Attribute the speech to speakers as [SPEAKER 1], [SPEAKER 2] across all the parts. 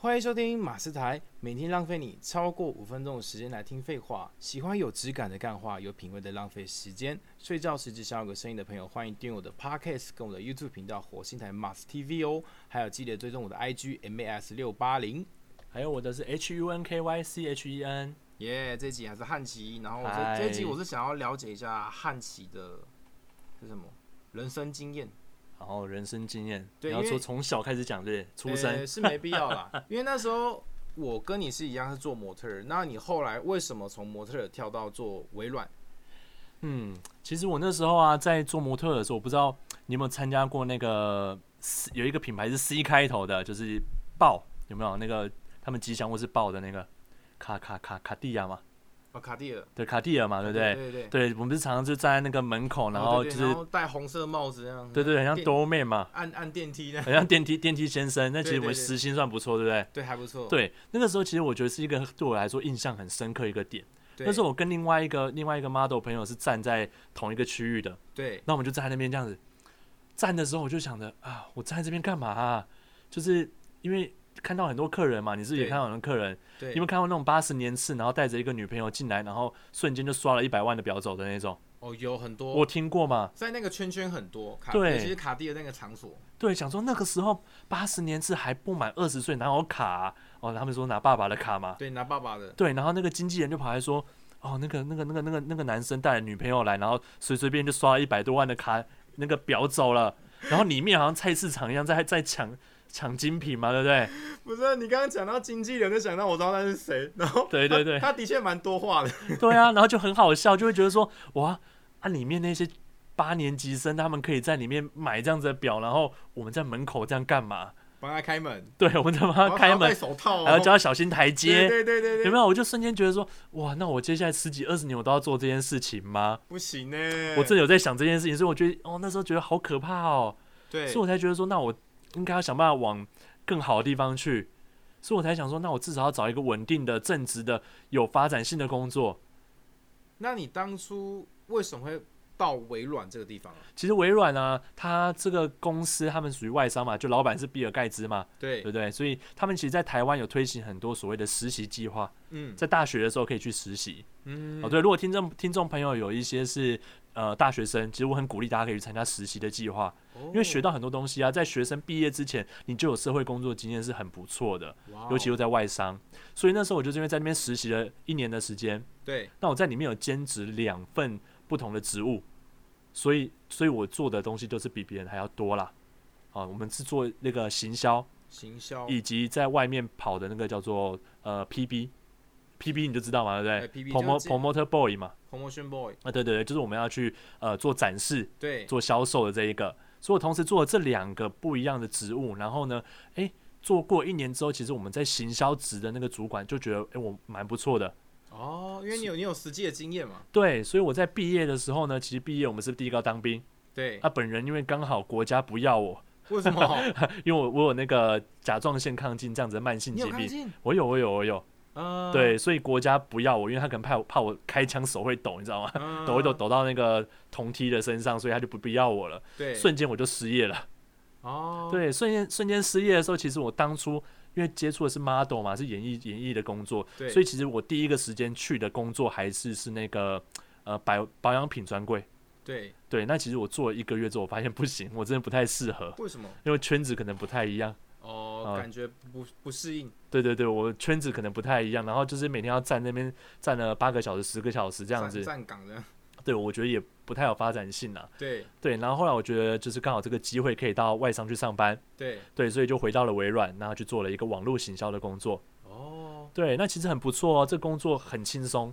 [SPEAKER 1] 欢迎收听马斯台，每天浪费你超过五分钟的时间来听废话。喜欢有质感的干话，有品味的浪费时间。睡觉时只想有个声音的朋友，欢迎订阅我的 Podcast 跟我的 YouTube 频道火星台 Mars TV 哦。还有记得追踪我的 IG MAS 六八零。
[SPEAKER 2] 还有我的是 H U N K Y C H E N，
[SPEAKER 1] 耶、这集还是汉奇，然后我
[SPEAKER 2] 嗨
[SPEAKER 1] 这这一集我是想要了解一下汉奇的是什么人生经验。
[SPEAKER 2] 然后人生经验，
[SPEAKER 1] 对
[SPEAKER 2] 你要
[SPEAKER 1] 因为
[SPEAKER 2] 说从小开始讲对不对，出
[SPEAKER 1] 呃
[SPEAKER 2] 生
[SPEAKER 1] 是没必要啦，因为那时候我跟你是一样是做模特儿，那你后来为什么从模特儿跳到做微软？
[SPEAKER 2] 嗯，其实我那时候啊，在做模特儿的时候，我不知道你有没有参加过那个 C- 有一个品牌是 C 开头的，就是豹，有没有那个他们吉祥物是豹的那个卡卡卡卡地亚嘛？
[SPEAKER 1] 哦，卡地尔，
[SPEAKER 2] 对，卡地亚嘛，对不对？
[SPEAKER 1] 对对对，
[SPEAKER 2] 对，我们不是常常就站在那个门口，然后
[SPEAKER 1] 对
[SPEAKER 2] 就
[SPEAKER 1] 对
[SPEAKER 2] 是
[SPEAKER 1] 然后戴红色帽子这样，
[SPEAKER 2] 对对，很像
[SPEAKER 1] 电
[SPEAKER 2] 多妹嘛，
[SPEAKER 1] 按按电梯呢，
[SPEAKER 2] 很像电梯电梯先生。那其实
[SPEAKER 1] 对
[SPEAKER 2] 我
[SPEAKER 1] 对对
[SPEAKER 2] 们时薪算不错，对不对？
[SPEAKER 1] 对，还不错，
[SPEAKER 2] 对，那个时候其实我觉得是一个对我来说印象很深刻一个点。
[SPEAKER 1] 对，
[SPEAKER 2] 那时候我跟另外一个另外一个 model 朋友是站在同一个区域的，
[SPEAKER 1] 对
[SPEAKER 2] 那我们就站在那边这样子站的时候，我就想着啊，我站在这边干嘛啊？就是因为看到很多客人嘛，你自己也
[SPEAKER 1] 对
[SPEAKER 2] 看到很多客人，
[SPEAKER 1] 对，
[SPEAKER 2] 你有没有看到那种八十年次，然后带着一个女朋友进来，然后瞬间就刷了一百万的表走的那种？
[SPEAKER 1] 哦有很多，
[SPEAKER 2] 我听过嘛？
[SPEAKER 1] 在那个圈圈很多，卡
[SPEAKER 2] 对
[SPEAKER 1] 尤其是卡地尔那个场所，
[SPEAKER 2] 对，想说那个时候八十年次还不满二十岁，哪有卡啊、哦，他们说拿爸爸的卡嘛，
[SPEAKER 1] 对，拿爸爸的，
[SPEAKER 2] 对，然后那个经纪人就跑来说，哦，那个那个那个那个那个男生带了女朋友来，然后随随便就刷了一百多万的卡，那个表走了，然后里面好像菜市场一样在在抢抢精品嘛，对不对？
[SPEAKER 1] 不是啊你刚刚讲到经纪人，就想到我知道他是谁，然后
[SPEAKER 2] 对对对
[SPEAKER 1] 他的确蛮多话的，
[SPEAKER 2] 对啊，然后就很好笑，就会觉得说，哇，啊里面那些八年级生他们可以在里面买这样子的表，然后我们在门口这样干嘛？
[SPEAKER 1] 帮他开门，
[SPEAKER 2] 对，我们在帮他
[SPEAKER 1] 然后还
[SPEAKER 2] 开
[SPEAKER 1] 要戴
[SPEAKER 2] 门，
[SPEAKER 1] 手套哦，
[SPEAKER 2] 还要教他小心台
[SPEAKER 1] 对
[SPEAKER 2] 阶。
[SPEAKER 1] 对对对对
[SPEAKER 2] 有没有？我就瞬间觉得说，哇，那我接下来十几二十年我都要做这件事情吗？
[SPEAKER 1] 不行呢、
[SPEAKER 2] 我真的有在想这件事情，所以我觉得哦，那时候觉得好可怕哦，
[SPEAKER 1] 对
[SPEAKER 2] 所以我才觉得说，那我应该要想办法往更好的地方去，所以我才想说，那我至少要找一个稳定的、正直的、有发展性的工作。
[SPEAKER 1] 那你当初为什么会到微软这个地方啊？
[SPEAKER 2] 其实微软呢、它这个公司他们属于外商嘛，就老板是比尔盖茨嘛，
[SPEAKER 1] 对
[SPEAKER 2] 对，不对？所以他们其实，在台湾有推行很多所谓的实习计划，
[SPEAKER 1] 嗯
[SPEAKER 2] 在大学的时候可以去实习。
[SPEAKER 1] 嗯
[SPEAKER 2] 哦，对，如果听众听众朋友有一些是呃大学生，其实我很鼓励大家可以去参加实习的计划。
[SPEAKER 1] 因
[SPEAKER 2] 因为学到很多东西啊，在学生毕业之前，你就有社会工作经验是很不错的，
[SPEAKER 1] 哦
[SPEAKER 2] 尤其又在外商，所以那时候我就是因为在那边实习了一年的时间，
[SPEAKER 1] 对
[SPEAKER 2] 那我在里面有兼职两份不同的职务，所以所以我做的东西都是比别人还要多啦。啊，我们是做那个行销，
[SPEAKER 1] 行销
[SPEAKER 2] 以及在外面跑的那个叫做呃 PB，PB 你就知道嘛，对
[SPEAKER 1] 哎
[SPEAKER 2] 不对
[SPEAKER 1] PB 就
[SPEAKER 2] ？Promo
[SPEAKER 1] 是
[SPEAKER 2] Promoter Boy 嘛，
[SPEAKER 1] promotion boy
[SPEAKER 2] 啊，对对对，就是我们要去呃做展示，
[SPEAKER 1] 对
[SPEAKER 2] 做销售的这一个，所以我同时做了这两个不一样的职务，然后呢，诶，做过一年之后，其实我们在行销职的那个主管就觉得，诶，我蛮不错的，
[SPEAKER 1] 哦，因为你有你有实际的经验嘛，
[SPEAKER 2] 对，所以我在毕业的时候呢，其实毕业我们是第一个要当兵，
[SPEAKER 1] 对，
[SPEAKER 2] 啊，本人因为刚好国家不要我，
[SPEAKER 1] 为什么
[SPEAKER 2] 因为我我有那个甲状腺亢进这样子的慢性
[SPEAKER 1] 你
[SPEAKER 2] 疾
[SPEAKER 1] 有看
[SPEAKER 2] 病，
[SPEAKER 1] 进？
[SPEAKER 2] 我有我有我有，
[SPEAKER 1] 嗯，
[SPEAKER 2] 对，所以国家不要我，因为他可能怕我怕我开枪手会抖，你知道吗？
[SPEAKER 1] 嗯，
[SPEAKER 2] 抖一抖抖到那个同梯的身上，所以他就不不要我了，
[SPEAKER 1] 对，
[SPEAKER 2] 瞬间我就失业了。
[SPEAKER 1] 哦，
[SPEAKER 2] 对，瞬间瞬间失业的时候，其实我当初因为接触的是 model 嘛，是演艺演艺的工作，
[SPEAKER 1] 对，
[SPEAKER 2] 所以其实我第一个时间去的工作还是是那个呃保保养品专柜。
[SPEAKER 1] 对，
[SPEAKER 2] 对，那其实我做了一个月之后，我发现不行，我真的不太适合，
[SPEAKER 1] 为什么？
[SPEAKER 2] 因为圈子可能不太一样。
[SPEAKER 1] 哦，
[SPEAKER 2] 啊
[SPEAKER 1] 感觉不不适应，
[SPEAKER 2] 对对对，我圈子可能不太一样，然后就是每天要站那边站了八个小时、十个小时
[SPEAKER 1] 这
[SPEAKER 2] 这样子，
[SPEAKER 1] 站岗的，
[SPEAKER 2] 对我觉得也不太有发展性啦。
[SPEAKER 1] 对
[SPEAKER 2] 对，然后后来我觉得就是刚好这个机会可以到外商去上班，
[SPEAKER 1] 对，
[SPEAKER 2] 对，所以就回到了微软，然后去做了一个网络行销的工作。
[SPEAKER 1] 哦，
[SPEAKER 2] 对，那其实很不错哦，这工作很轻松。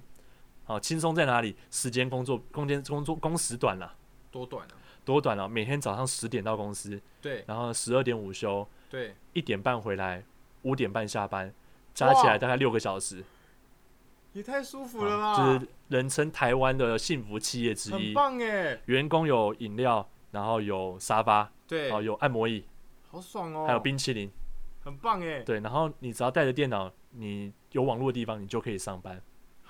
[SPEAKER 2] 好、轻松在哪里？时间工作空间工作工时短啦、
[SPEAKER 1] 多短啊，
[SPEAKER 2] 多短啊？每天早上十点到公司，
[SPEAKER 1] 对
[SPEAKER 2] 然后十二点午休，
[SPEAKER 1] 对，
[SPEAKER 2] 一点半回来，五点半下班，加起来
[SPEAKER 1] 哇
[SPEAKER 2] 大概六个小时，
[SPEAKER 1] 也太舒服了啦，
[SPEAKER 2] 啊就是人称台湾的幸福企业之
[SPEAKER 1] 很
[SPEAKER 2] 一。
[SPEAKER 1] 棒哎，
[SPEAKER 2] 员工有饮料，然后有沙发，
[SPEAKER 1] 对
[SPEAKER 2] 哦，，有按摩椅，
[SPEAKER 1] 好爽哦，
[SPEAKER 2] 还有冰淇淋。
[SPEAKER 1] 很棒哎，
[SPEAKER 2] 对，然后你只要带着电脑，你有网络的地方，你就可以上班。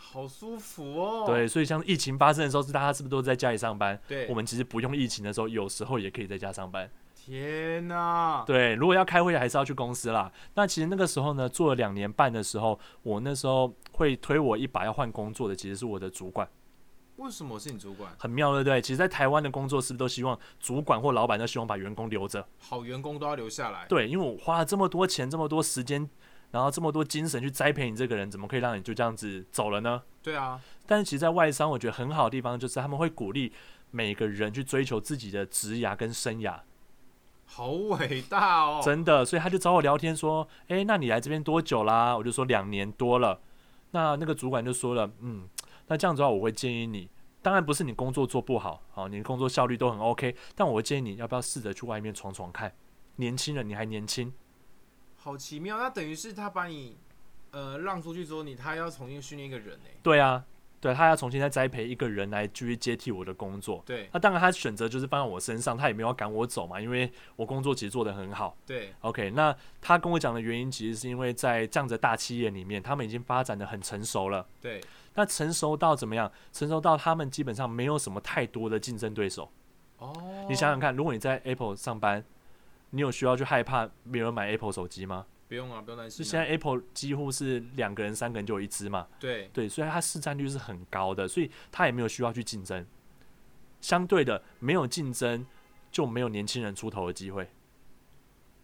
[SPEAKER 1] 好舒服哦。
[SPEAKER 2] 对，所以像疫情发生的时候，是大家是不是都在家里上班？
[SPEAKER 1] 对，
[SPEAKER 2] 我们其实不用疫情的时候，有时候也可以在家上班。
[SPEAKER 1] 天哪！
[SPEAKER 2] 对，如果要开会还是要去公司啦。那其实那个时候呢，做了两年半的时候，我那时候会推我一把要换工作的，其实是我的主管，
[SPEAKER 1] 为什么是你主管？
[SPEAKER 2] 很妙，对不对？其实，在台湾的工作是不是都希望主管或老板都希望把员工留着？
[SPEAKER 1] 好员工都要留下来。
[SPEAKER 2] 对，因为我花了这么多钱、这么多时间，然后这么多精神去栽培你这个人，怎么可以让你就这样子走了呢？
[SPEAKER 1] 对啊，
[SPEAKER 2] 但是其实，在外商，我觉得很好的地方就是他们会鼓励每个人去追求自己的职涯跟生涯，
[SPEAKER 1] 好伟大哦！
[SPEAKER 2] 真的。所以他就找我聊天说：“诶，那你来这边多久啦？”我就说两年多了。那那个主管就说了：“嗯，那这样子的话，我会建议你，当然不是你工作做不好，好，你的工作效率都很 OK，但我会建议你要不要试着去外面闯闯看。年轻人，你还年轻，
[SPEAKER 1] 好奇妙，那等于是他把你呃让出去之后，你他要重新训练一个人欸呢、
[SPEAKER 2] 对啊，对他要重新再栽培一个人来继续接替我的工作。”
[SPEAKER 1] 对
[SPEAKER 2] 那、当然，他选择就是放在我身上，他也没有要赶我走嘛，因为我工作其实做得很好。
[SPEAKER 1] 对，
[SPEAKER 2] OK，那他跟我讲的原因，其实是因为在这样子的大企业里面，他们已经发展的很成熟了。
[SPEAKER 1] 对，
[SPEAKER 2] 那成熟到怎么样？成熟到他们基本上没有什么太多的竞争对手。
[SPEAKER 1] 哦，
[SPEAKER 2] 你想想看，如果你在 Apple 上班，你有需要去害怕没有人买 Apple 手机吗？
[SPEAKER 1] 不用啊，不用担
[SPEAKER 2] 就
[SPEAKER 1] 心啊、
[SPEAKER 2] 现在 Apple 几乎是两个人、三个人就有一只嘛。
[SPEAKER 1] 对，
[SPEAKER 2] 对，所以它市占率是很高的，所以它也没有需要去竞争。相对的，没有竞争就没有年轻人出头的机会。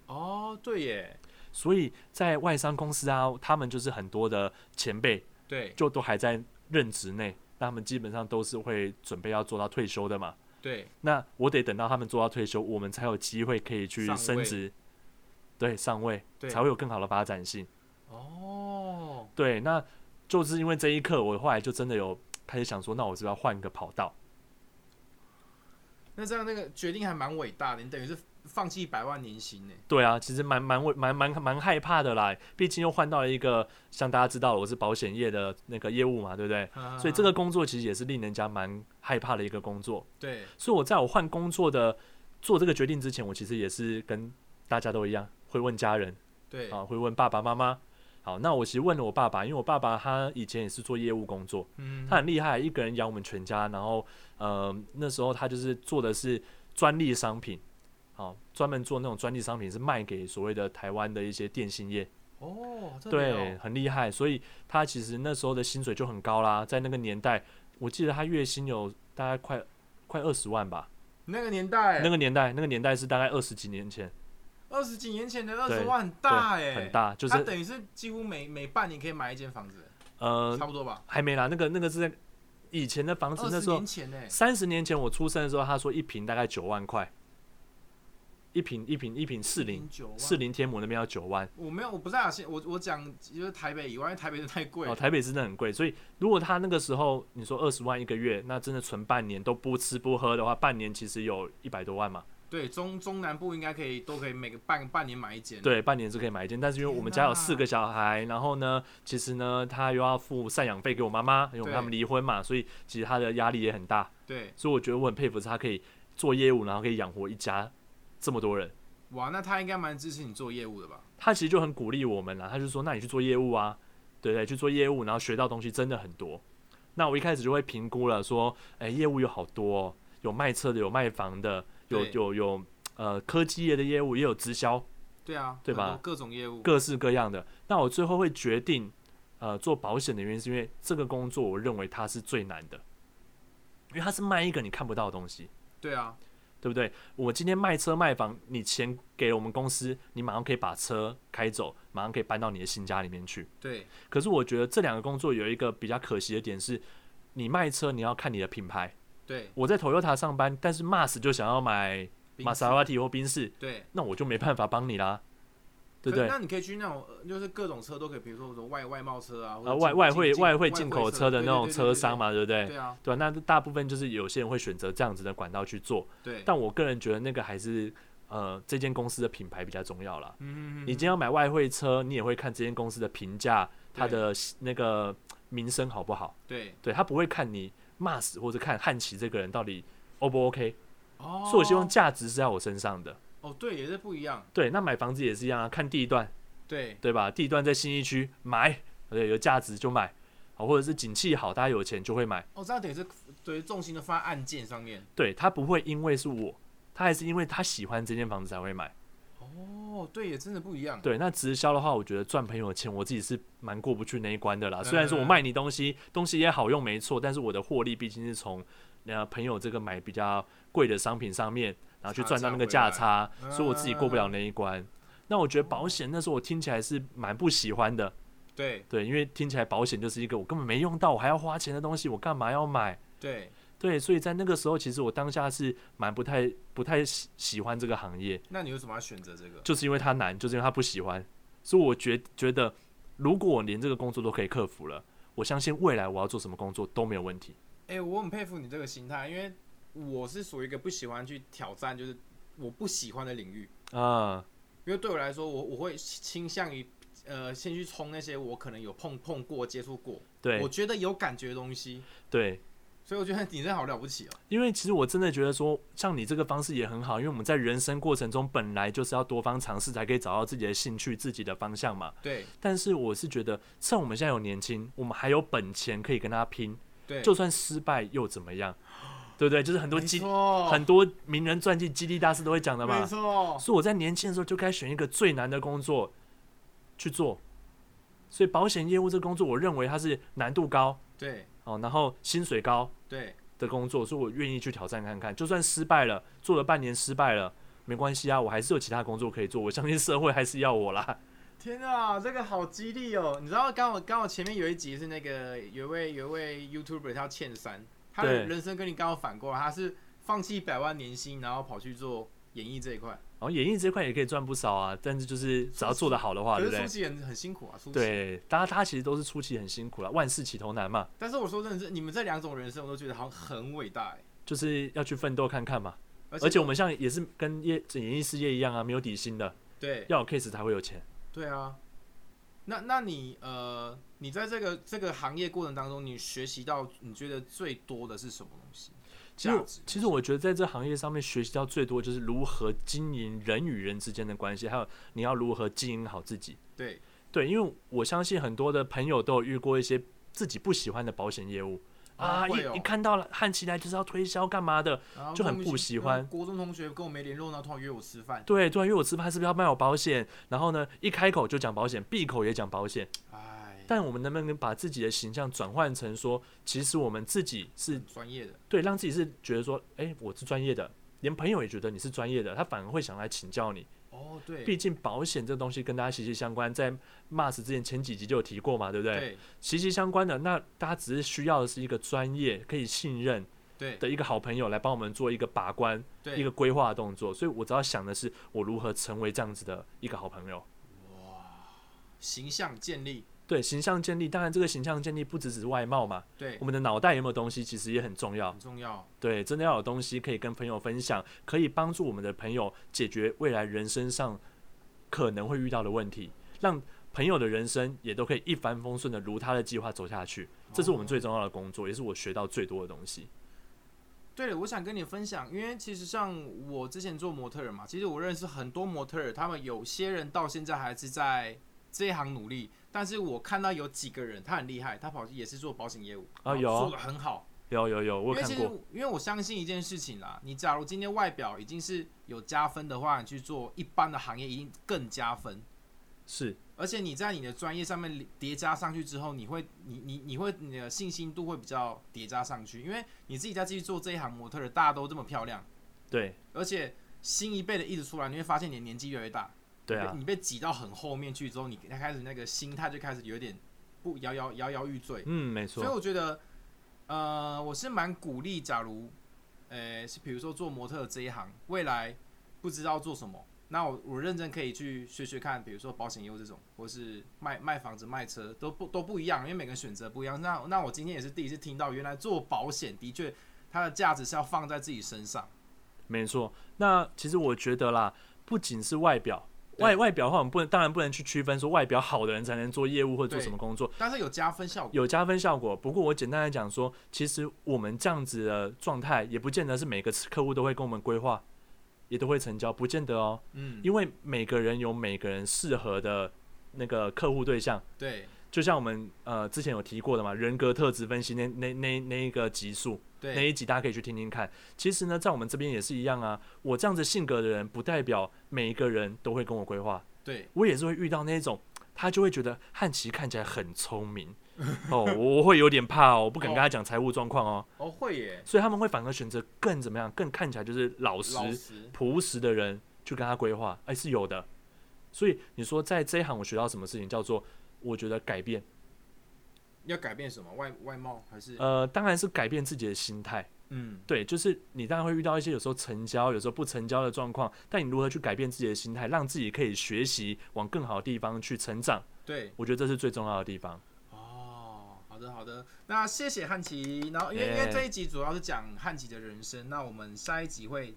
[SPEAKER 1] 哦，对耶，
[SPEAKER 2] 所以在外商公司啊，他们就是很多的前辈
[SPEAKER 1] 对
[SPEAKER 2] 就都还在任职内，那他们基本上都是会准备要做到退休的嘛。
[SPEAKER 1] 对，
[SPEAKER 2] 那我得等到他们做到退休，我们才有机会可以去
[SPEAKER 1] 上
[SPEAKER 2] 升
[SPEAKER 1] 位
[SPEAKER 2] 职，对上位，
[SPEAKER 1] 对
[SPEAKER 2] 才会有更好的发展性。
[SPEAKER 1] 哦，
[SPEAKER 2] 对，那就是因为这一刻，我后来就真的有开始想说，那我是不是要换个跑道？
[SPEAKER 1] 那这样那个决定还蛮伟大的，你等于是放弃百万年薪呢、欸
[SPEAKER 2] 对啊，其实蛮蛮畏蛮蛮蛮害怕的啦，毕竟又换到了一个像大家知道我是保险业的那个业务嘛，对不对？
[SPEAKER 1] 啊
[SPEAKER 2] 所以这个工作其实也是令人家蛮害怕的一个工作。
[SPEAKER 1] 对，
[SPEAKER 2] 所以我在我换工作的做这个决定之前，我其实也是跟大家都一样，会问家人
[SPEAKER 1] 对，
[SPEAKER 2] 啊，会问爸爸妈妈。好，那我其实问了我爸爸，因为我爸爸他以前也是做业务工作，
[SPEAKER 1] 嗯，
[SPEAKER 2] 他很厉害，一个人养我们全家。然后，呃，那时候他就是做的是专利商品，好、专门做那种专利商品是卖给所谓的台湾的一些电信业，
[SPEAKER 1] 哦，真的
[SPEAKER 2] 对，
[SPEAKER 1] 哦，
[SPEAKER 2] 很厉害。所以他其实那时候的薪水就很高啦，在那个年代，我记得他月薪有大概快快二十万吧。
[SPEAKER 1] 那个年代，
[SPEAKER 2] 那个年代，那个年代是大概二十几年前，
[SPEAKER 1] 二十几年前的二
[SPEAKER 2] 对
[SPEAKER 1] 十万很大哎、
[SPEAKER 2] 对，很，大，就是
[SPEAKER 1] 他等于是几乎每每半年可以买一间房子，
[SPEAKER 2] 呃
[SPEAKER 1] 差不多吧，
[SPEAKER 2] 还没啦，那个那个是在以前的房子，
[SPEAKER 1] 二
[SPEAKER 2] 那
[SPEAKER 1] 十
[SPEAKER 2] 时候
[SPEAKER 1] 年前哎、
[SPEAKER 2] 三十年前我出生的时候，他说一瓶大概九万块，一瓶一瓶一瓶四零
[SPEAKER 1] 九万
[SPEAKER 2] 四零天母那边要九万
[SPEAKER 1] 我没有，我不在啊，现我我讲就是台北以外，因为台北真的太贵了。
[SPEAKER 2] 哦，台北真的很贵，所以如果他那个时候你说二十万一个月，那真的存半年都不吃不喝的话，半年其实有一百多万嘛，
[SPEAKER 1] 对，中中南部应该可以，都可以每个半半年买一间。，
[SPEAKER 2] 对，半年是可以买一间，但是因为我们家有四个小孩，然后呢，其实呢他又要付赡养费给我妈妈，因为
[SPEAKER 1] 对
[SPEAKER 2] 他们离婚嘛，所以其实他的压力也很大，
[SPEAKER 1] 对，
[SPEAKER 2] 所以我觉得我很佩服是他可以做业务，然后可以养活一家这么多人。
[SPEAKER 1] 哇，那他应该蛮支持你做业务的吧？
[SPEAKER 2] 他其实就很鼓励我们啦，他就说：“那你去做业务啊，对不对？去做业务，然后学到东西真的很多。”那我一开始就会评估了，说：“哎，业务有好多、哦，有卖车的，有卖房的，有
[SPEAKER 1] 对
[SPEAKER 2] 有有呃科技业的业务，也有直销，
[SPEAKER 1] 对啊，
[SPEAKER 2] 对吧
[SPEAKER 1] 很多各种业务。
[SPEAKER 2] 各式各样的。”那我最后会决定呃做保险的原因，是因为这个工作我认为它是最难的，因为它是卖一个你看不到的东西。
[SPEAKER 1] 对啊，
[SPEAKER 2] 对不对？我今天卖车卖房，你钱给我们公司，你马上可以把车开走，马上可以搬到你的新家里面去。
[SPEAKER 1] 对
[SPEAKER 2] 可是我觉得这两个工作有一个比较可惜的点是，你卖车你要看你的品牌。
[SPEAKER 1] 对，
[SPEAKER 2] 我在 Toyota 上班，但是 Mas 就想要买
[SPEAKER 1] 宾
[SPEAKER 2] 玛莎
[SPEAKER 1] 士
[SPEAKER 2] 拉蒂或宾士，
[SPEAKER 1] 对
[SPEAKER 2] 那我就没办法帮你啦，对不
[SPEAKER 1] 可
[SPEAKER 2] 对？
[SPEAKER 1] 那你可以去那种呃就是各种车都可以，比如说什么外外贸车啊，或者
[SPEAKER 2] 呃，
[SPEAKER 1] 进
[SPEAKER 2] 外外汇
[SPEAKER 1] 进
[SPEAKER 2] 外汇
[SPEAKER 1] 进
[SPEAKER 2] 进口车的那种车商。嘛，对不
[SPEAKER 1] 对
[SPEAKER 2] 对？
[SPEAKER 1] 对对对对对对啊，
[SPEAKER 2] 对啊，那大部分就是有些人会选择这样子的管道去做，
[SPEAKER 1] 对。
[SPEAKER 2] 但我个人觉得那个还是呃这间公司的品牌比较重要啦。
[SPEAKER 1] 嗯，嗯嗯
[SPEAKER 2] 你今天要买外汇车，你也会看这间公司的评价，它
[SPEAKER 1] 对
[SPEAKER 2] 的那个名声好不好？
[SPEAKER 1] 对
[SPEAKER 2] 对他不会看你骂死或者看汉奇这个人到底 O 不 OK，、
[SPEAKER 1] 哦，
[SPEAKER 2] 所以我希望价值是在我身上的。
[SPEAKER 1] 哦，对，也是不一样。
[SPEAKER 2] 对，那买房子也是一样啊，看地段，
[SPEAKER 1] 对
[SPEAKER 2] 对吧？地段在新一区买，对，有价值就买，好，或者是景气好，大家有钱就会买。
[SPEAKER 1] 哦，这样等于是对于重心都放在按键上面。
[SPEAKER 2] 对他不会因为是我，他还是因为他喜欢这间房子才会买。
[SPEAKER 1] 哦，对，也真的不一样。
[SPEAKER 2] 对，那直销的话，我觉得赚朋友的钱，我自己是蛮过不去那一关的啦。虽然说我卖你东西，东西也好用没错，但是我的获利毕竟是从呃朋友这个买比较贵的商品上面，然后去赚到那个价差，
[SPEAKER 1] 回来
[SPEAKER 2] 所以我自己过不了那一关。那我觉得保险那时候我听起来是蛮不喜欢的，
[SPEAKER 1] 对
[SPEAKER 2] 对，因为听起来保险就是一个我根本没用到，我还要花钱的东西，我干嘛要买？
[SPEAKER 1] 对，
[SPEAKER 2] 对，所以在那个时候，其实我当下是蛮不太不太喜喜欢这个行业。
[SPEAKER 1] 那你为什么要选择这个？
[SPEAKER 2] 就是因为他难，就是因为他不喜欢，所以我觉觉得，如果我连这个工作都可以克服了，我相信未来我要做什么工作都没有问题。
[SPEAKER 1] 哎、我很佩服你这个心态，因为我是属于一个不喜欢去挑战，就是我不喜欢的领域。
[SPEAKER 2] 啊、
[SPEAKER 1] 因为对我来说，我我会倾向于呃先去冲那些我可能有碰碰过、接触过，我
[SPEAKER 2] 对
[SPEAKER 1] 觉得有感觉的东西。
[SPEAKER 2] 对，
[SPEAKER 1] 所以我觉得你真的好了不起哦。
[SPEAKER 2] 因为其实我真的觉得说，像你这个方式也很好，因为我们在人生过程中本来就是要多方尝试，才可以找到自己的兴趣、自己的方向嘛。
[SPEAKER 1] 对
[SPEAKER 2] 但是我是觉得，趁我们现在有年轻，我们还有本钱可以跟他拼，
[SPEAKER 1] 对，
[SPEAKER 2] 就算失败又怎么样？对不对？就是很多
[SPEAKER 1] 啊没
[SPEAKER 2] 激
[SPEAKER 1] 错，
[SPEAKER 2] 很多名人传记、激励大师都会讲的嘛
[SPEAKER 1] 没。错，
[SPEAKER 2] 所以我在年轻的时候就该选一个最难的工作去做。所以保险业务这个工作，我认为它是难度高
[SPEAKER 1] 对
[SPEAKER 2] 哦，然后薪水高
[SPEAKER 1] 对
[SPEAKER 2] 的工作，所以我愿意去挑战看看。就算失败了，做了半年失败了，没关系啊，我还是有其他工作可以做。我相信社会还是要我啦。
[SPEAKER 1] 天啊，这个好激励哦！你知道，刚我刚我前面有一集是那个有一位有一位 YouTuber 叫倩山，他的
[SPEAKER 2] 对
[SPEAKER 1] 人生跟你刚好反过来，他是放弃百万年薪，然后跑去做演艺这一块。
[SPEAKER 2] 然哦后演艺这块也可以赚不少啊，但是就是只要做得好的话，
[SPEAKER 1] 可
[SPEAKER 2] 对不
[SPEAKER 1] 是
[SPEAKER 2] 对
[SPEAKER 1] 初？期很很辛苦啊，初期。
[SPEAKER 2] 对，大家他其实都是初期很辛苦啦，万事起头难嘛，
[SPEAKER 1] 但是我说真的是，你们这两种人生我都觉得好像很伟大哎。
[SPEAKER 2] 就是要去奋斗看看嘛。
[SPEAKER 1] 而且
[SPEAKER 2] 而且我们像也是跟业演艺事业一样啊，没有底薪的，
[SPEAKER 1] 对
[SPEAKER 2] 要有 case 才会有钱。
[SPEAKER 1] 对啊，那那你呃，你在这个这个行业过程当中，你学习到你觉得最多的是什么东西？
[SPEAKER 2] 其实
[SPEAKER 1] 价
[SPEAKER 2] 我
[SPEAKER 1] 值
[SPEAKER 2] 其实我觉得在这行业上面学习到最多就是如何经营人与人之间的关系，还有你要如何经营好自己。
[SPEAKER 1] 对
[SPEAKER 2] 对，因为我相信很多的朋友都有遇过一些自己不喜欢的保险业务啊，
[SPEAKER 1] 会哦
[SPEAKER 2] 一一看到了看起来就是要推销干嘛的，
[SPEAKER 1] 然后
[SPEAKER 2] 就很
[SPEAKER 1] 莫名
[SPEAKER 2] 不
[SPEAKER 1] 其
[SPEAKER 2] 喜欢
[SPEAKER 1] 妙呃国中同学跟我没联络，然后突然约我吃饭，
[SPEAKER 2] 对，突然约我吃饭是不是要卖我保险？然后呢，一开口就讲保险，闭口也讲保险。
[SPEAKER 1] 哎，
[SPEAKER 2] 但我们能不能把自己的形象转换成说，其实我们自己是
[SPEAKER 1] 很专业的，
[SPEAKER 2] 对，让自己是觉得说，哎，我是专业的，连朋友也觉得你是专业的，他反而会想来请教你。
[SPEAKER 1] 哦，对，
[SPEAKER 2] 毕竟保险这东西跟大家息息相关，在 Mars 之前前几集就有提过嘛，对不对？
[SPEAKER 1] 对
[SPEAKER 2] 息息相关的，那大家只是需要的是一个专业可以信任
[SPEAKER 1] 对
[SPEAKER 2] 的一个好朋友来帮我们做一个把关、一
[SPEAKER 1] 对
[SPEAKER 2] 个规划的动作。所以我只要想的是，我如何成为这样子的一个好朋友。
[SPEAKER 1] 形象建立，
[SPEAKER 2] 对形象建立，当然这个形象建立不只只是外貌嘛，
[SPEAKER 1] 对
[SPEAKER 2] 我，们的脑袋有没有东西其实也很重要
[SPEAKER 1] 很。重要，
[SPEAKER 2] 对，真的要有东西可以跟朋友分享，可以帮助我们的朋友解决未来人生上可能会遇到的问题，让朋友的人生也都可以一帆风顺的如他的计划走下去。这
[SPEAKER 1] 哦
[SPEAKER 2] 是我们最重要的工作，也是我学到最多的东西。
[SPEAKER 1] 对了，我想跟你分享，因为其实像我之前做模特儿嘛，其实我认识很多模特儿，他们有些人到现在还是在这一行努力，但是我看到有几个人他很厉害，他跑去也是做保险业务，
[SPEAKER 2] 啊
[SPEAKER 1] 然后
[SPEAKER 2] 有啊
[SPEAKER 1] 做的很好。
[SPEAKER 2] 有有有，
[SPEAKER 1] 因
[SPEAKER 2] 我有
[SPEAKER 1] 为
[SPEAKER 2] 看
[SPEAKER 1] 其实
[SPEAKER 2] 过，
[SPEAKER 1] 因为我相信一件事情啦，你假如今天外表已经是有加分的话，你去做一般的行业一定更加分。
[SPEAKER 2] 是
[SPEAKER 1] 而且你在你的专业上面叠加上去之后，你会，你你你会你的信心度会比较叠加上去，因为你自己再继续做这一行模特儿，大家都这么漂亮。
[SPEAKER 2] 对
[SPEAKER 1] 而且新一辈的一直出来，你会发现你的年纪越来越大。
[SPEAKER 2] 对啊
[SPEAKER 1] 你被，你被挤到很后面去之后，你开始那个心态就开始有点不摇摇摇摇欲坠。
[SPEAKER 2] 嗯，没
[SPEAKER 1] 所以
[SPEAKER 2] 错，
[SPEAKER 1] 我觉得，呃，我是蛮鼓励，假如，呃，是比如说做模特这一行，未来不知道做什么，那我我认真可以去学学看，比如说保险业务这种，或是卖卖房子、卖车，都不都不一样，因为每个人选择不一样。那那我今天也是第一次听到，原来做保险的确它的价值是要放在自己身上。
[SPEAKER 2] 没错。那其实我觉得啦，不仅是外表。
[SPEAKER 1] 对
[SPEAKER 2] 外外表的话，我们不能当然不能去区分说外表好的人才能做业务或者做
[SPEAKER 1] 对
[SPEAKER 2] 什么工作，
[SPEAKER 1] 但是有加分效果。
[SPEAKER 2] 有加分效果。不过我简单来讲说，其实我们这样子的状态，也不见得是每个客户都会跟我们规划，也都会成交，不见得哦。
[SPEAKER 1] 嗯，
[SPEAKER 2] 因为每个人有每个人适合的那个客户对象，
[SPEAKER 1] 对
[SPEAKER 2] 就像我们呃之前有提过的嘛，人格特质分析那那那那一个集数，那
[SPEAKER 1] 对，
[SPEAKER 2] 一集大家可以去听听看。其实呢，在我们这边也是一样啊。我这样子性格的人，不代表每一个人都会跟我规划。
[SPEAKER 1] 对，
[SPEAKER 2] 我也是会遇到那种，他就会觉得汉奇看起来很聪明哦，我我会有点怕哦，我不敢跟他讲财务状况哦。
[SPEAKER 1] 哦，会耶，
[SPEAKER 2] 所以他们会反而选择更怎么样，更看起来就是老实、
[SPEAKER 1] 老实，
[SPEAKER 2] 朴实的人去跟他规划，哎、是有的。所以你说在这一行我学到什么事情叫做？我觉得改变，
[SPEAKER 1] 要改变什么？外外貌还是？
[SPEAKER 2] 呃，当然是改变自己的心态。
[SPEAKER 1] 嗯，
[SPEAKER 2] 对，就是你当然会遇到一些有时候成交、有时候不成交的状况，但你如何去改变自己的心态，让自己可以学习往更好的地方去成长，
[SPEAKER 1] 对，
[SPEAKER 2] 我觉得这是最重要的地方。
[SPEAKER 1] 哦，好的好的，那谢谢汉奇。然后因为因
[SPEAKER 2] 耶
[SPEAKER 1] 为这一集主要是讲汉奇的人生，那我们下一集会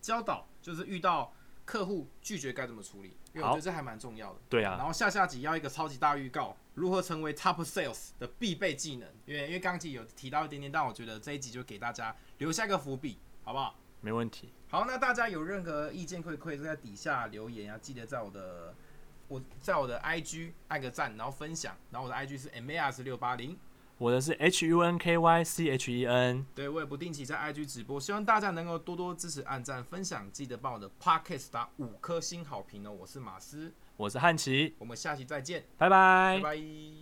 [SPEAKER 1] 教导，就是遇到客户拒绝该怎么处理，因为我觉
[SPEAKER 2] 好
[SPEAKER 1] 得这还蛮重要的。
[SPEAKER 2] 对
[SPEAKER 1] 然
[SPEAKER 2] 啊，
[SPEAKER 1] 后下下集要一个超级大预告，如何成为 Top Sales 的必备技能，因为因为刚集有提到一点点，但我觉得这一集就给大家留下一个伏笔，好不好？
[SPEAKER 2] 没问题。
[SPEAKER 1] 好，那大家有任何意见可以可以在底下留言啊，记得在我的我在我的 IG 按个赞，然后分享，然后我的 IG 是 MAS 六八零，
[SPEAKER 2] 我的是 H U N K Y C H E N，
[SPEAKER 1] 对我也不定期在 IG 直播，希望大家能够多多支持按赞分享，记得帮我的 Podcast 打五颗星好评哦，我是马斯，
[SPEAKER 2] 我是汉奇，
[SPEAKER 1] 我们下期再见，
[SPEAKER 2] 拜拜
[SPEAKER 1] 拜拜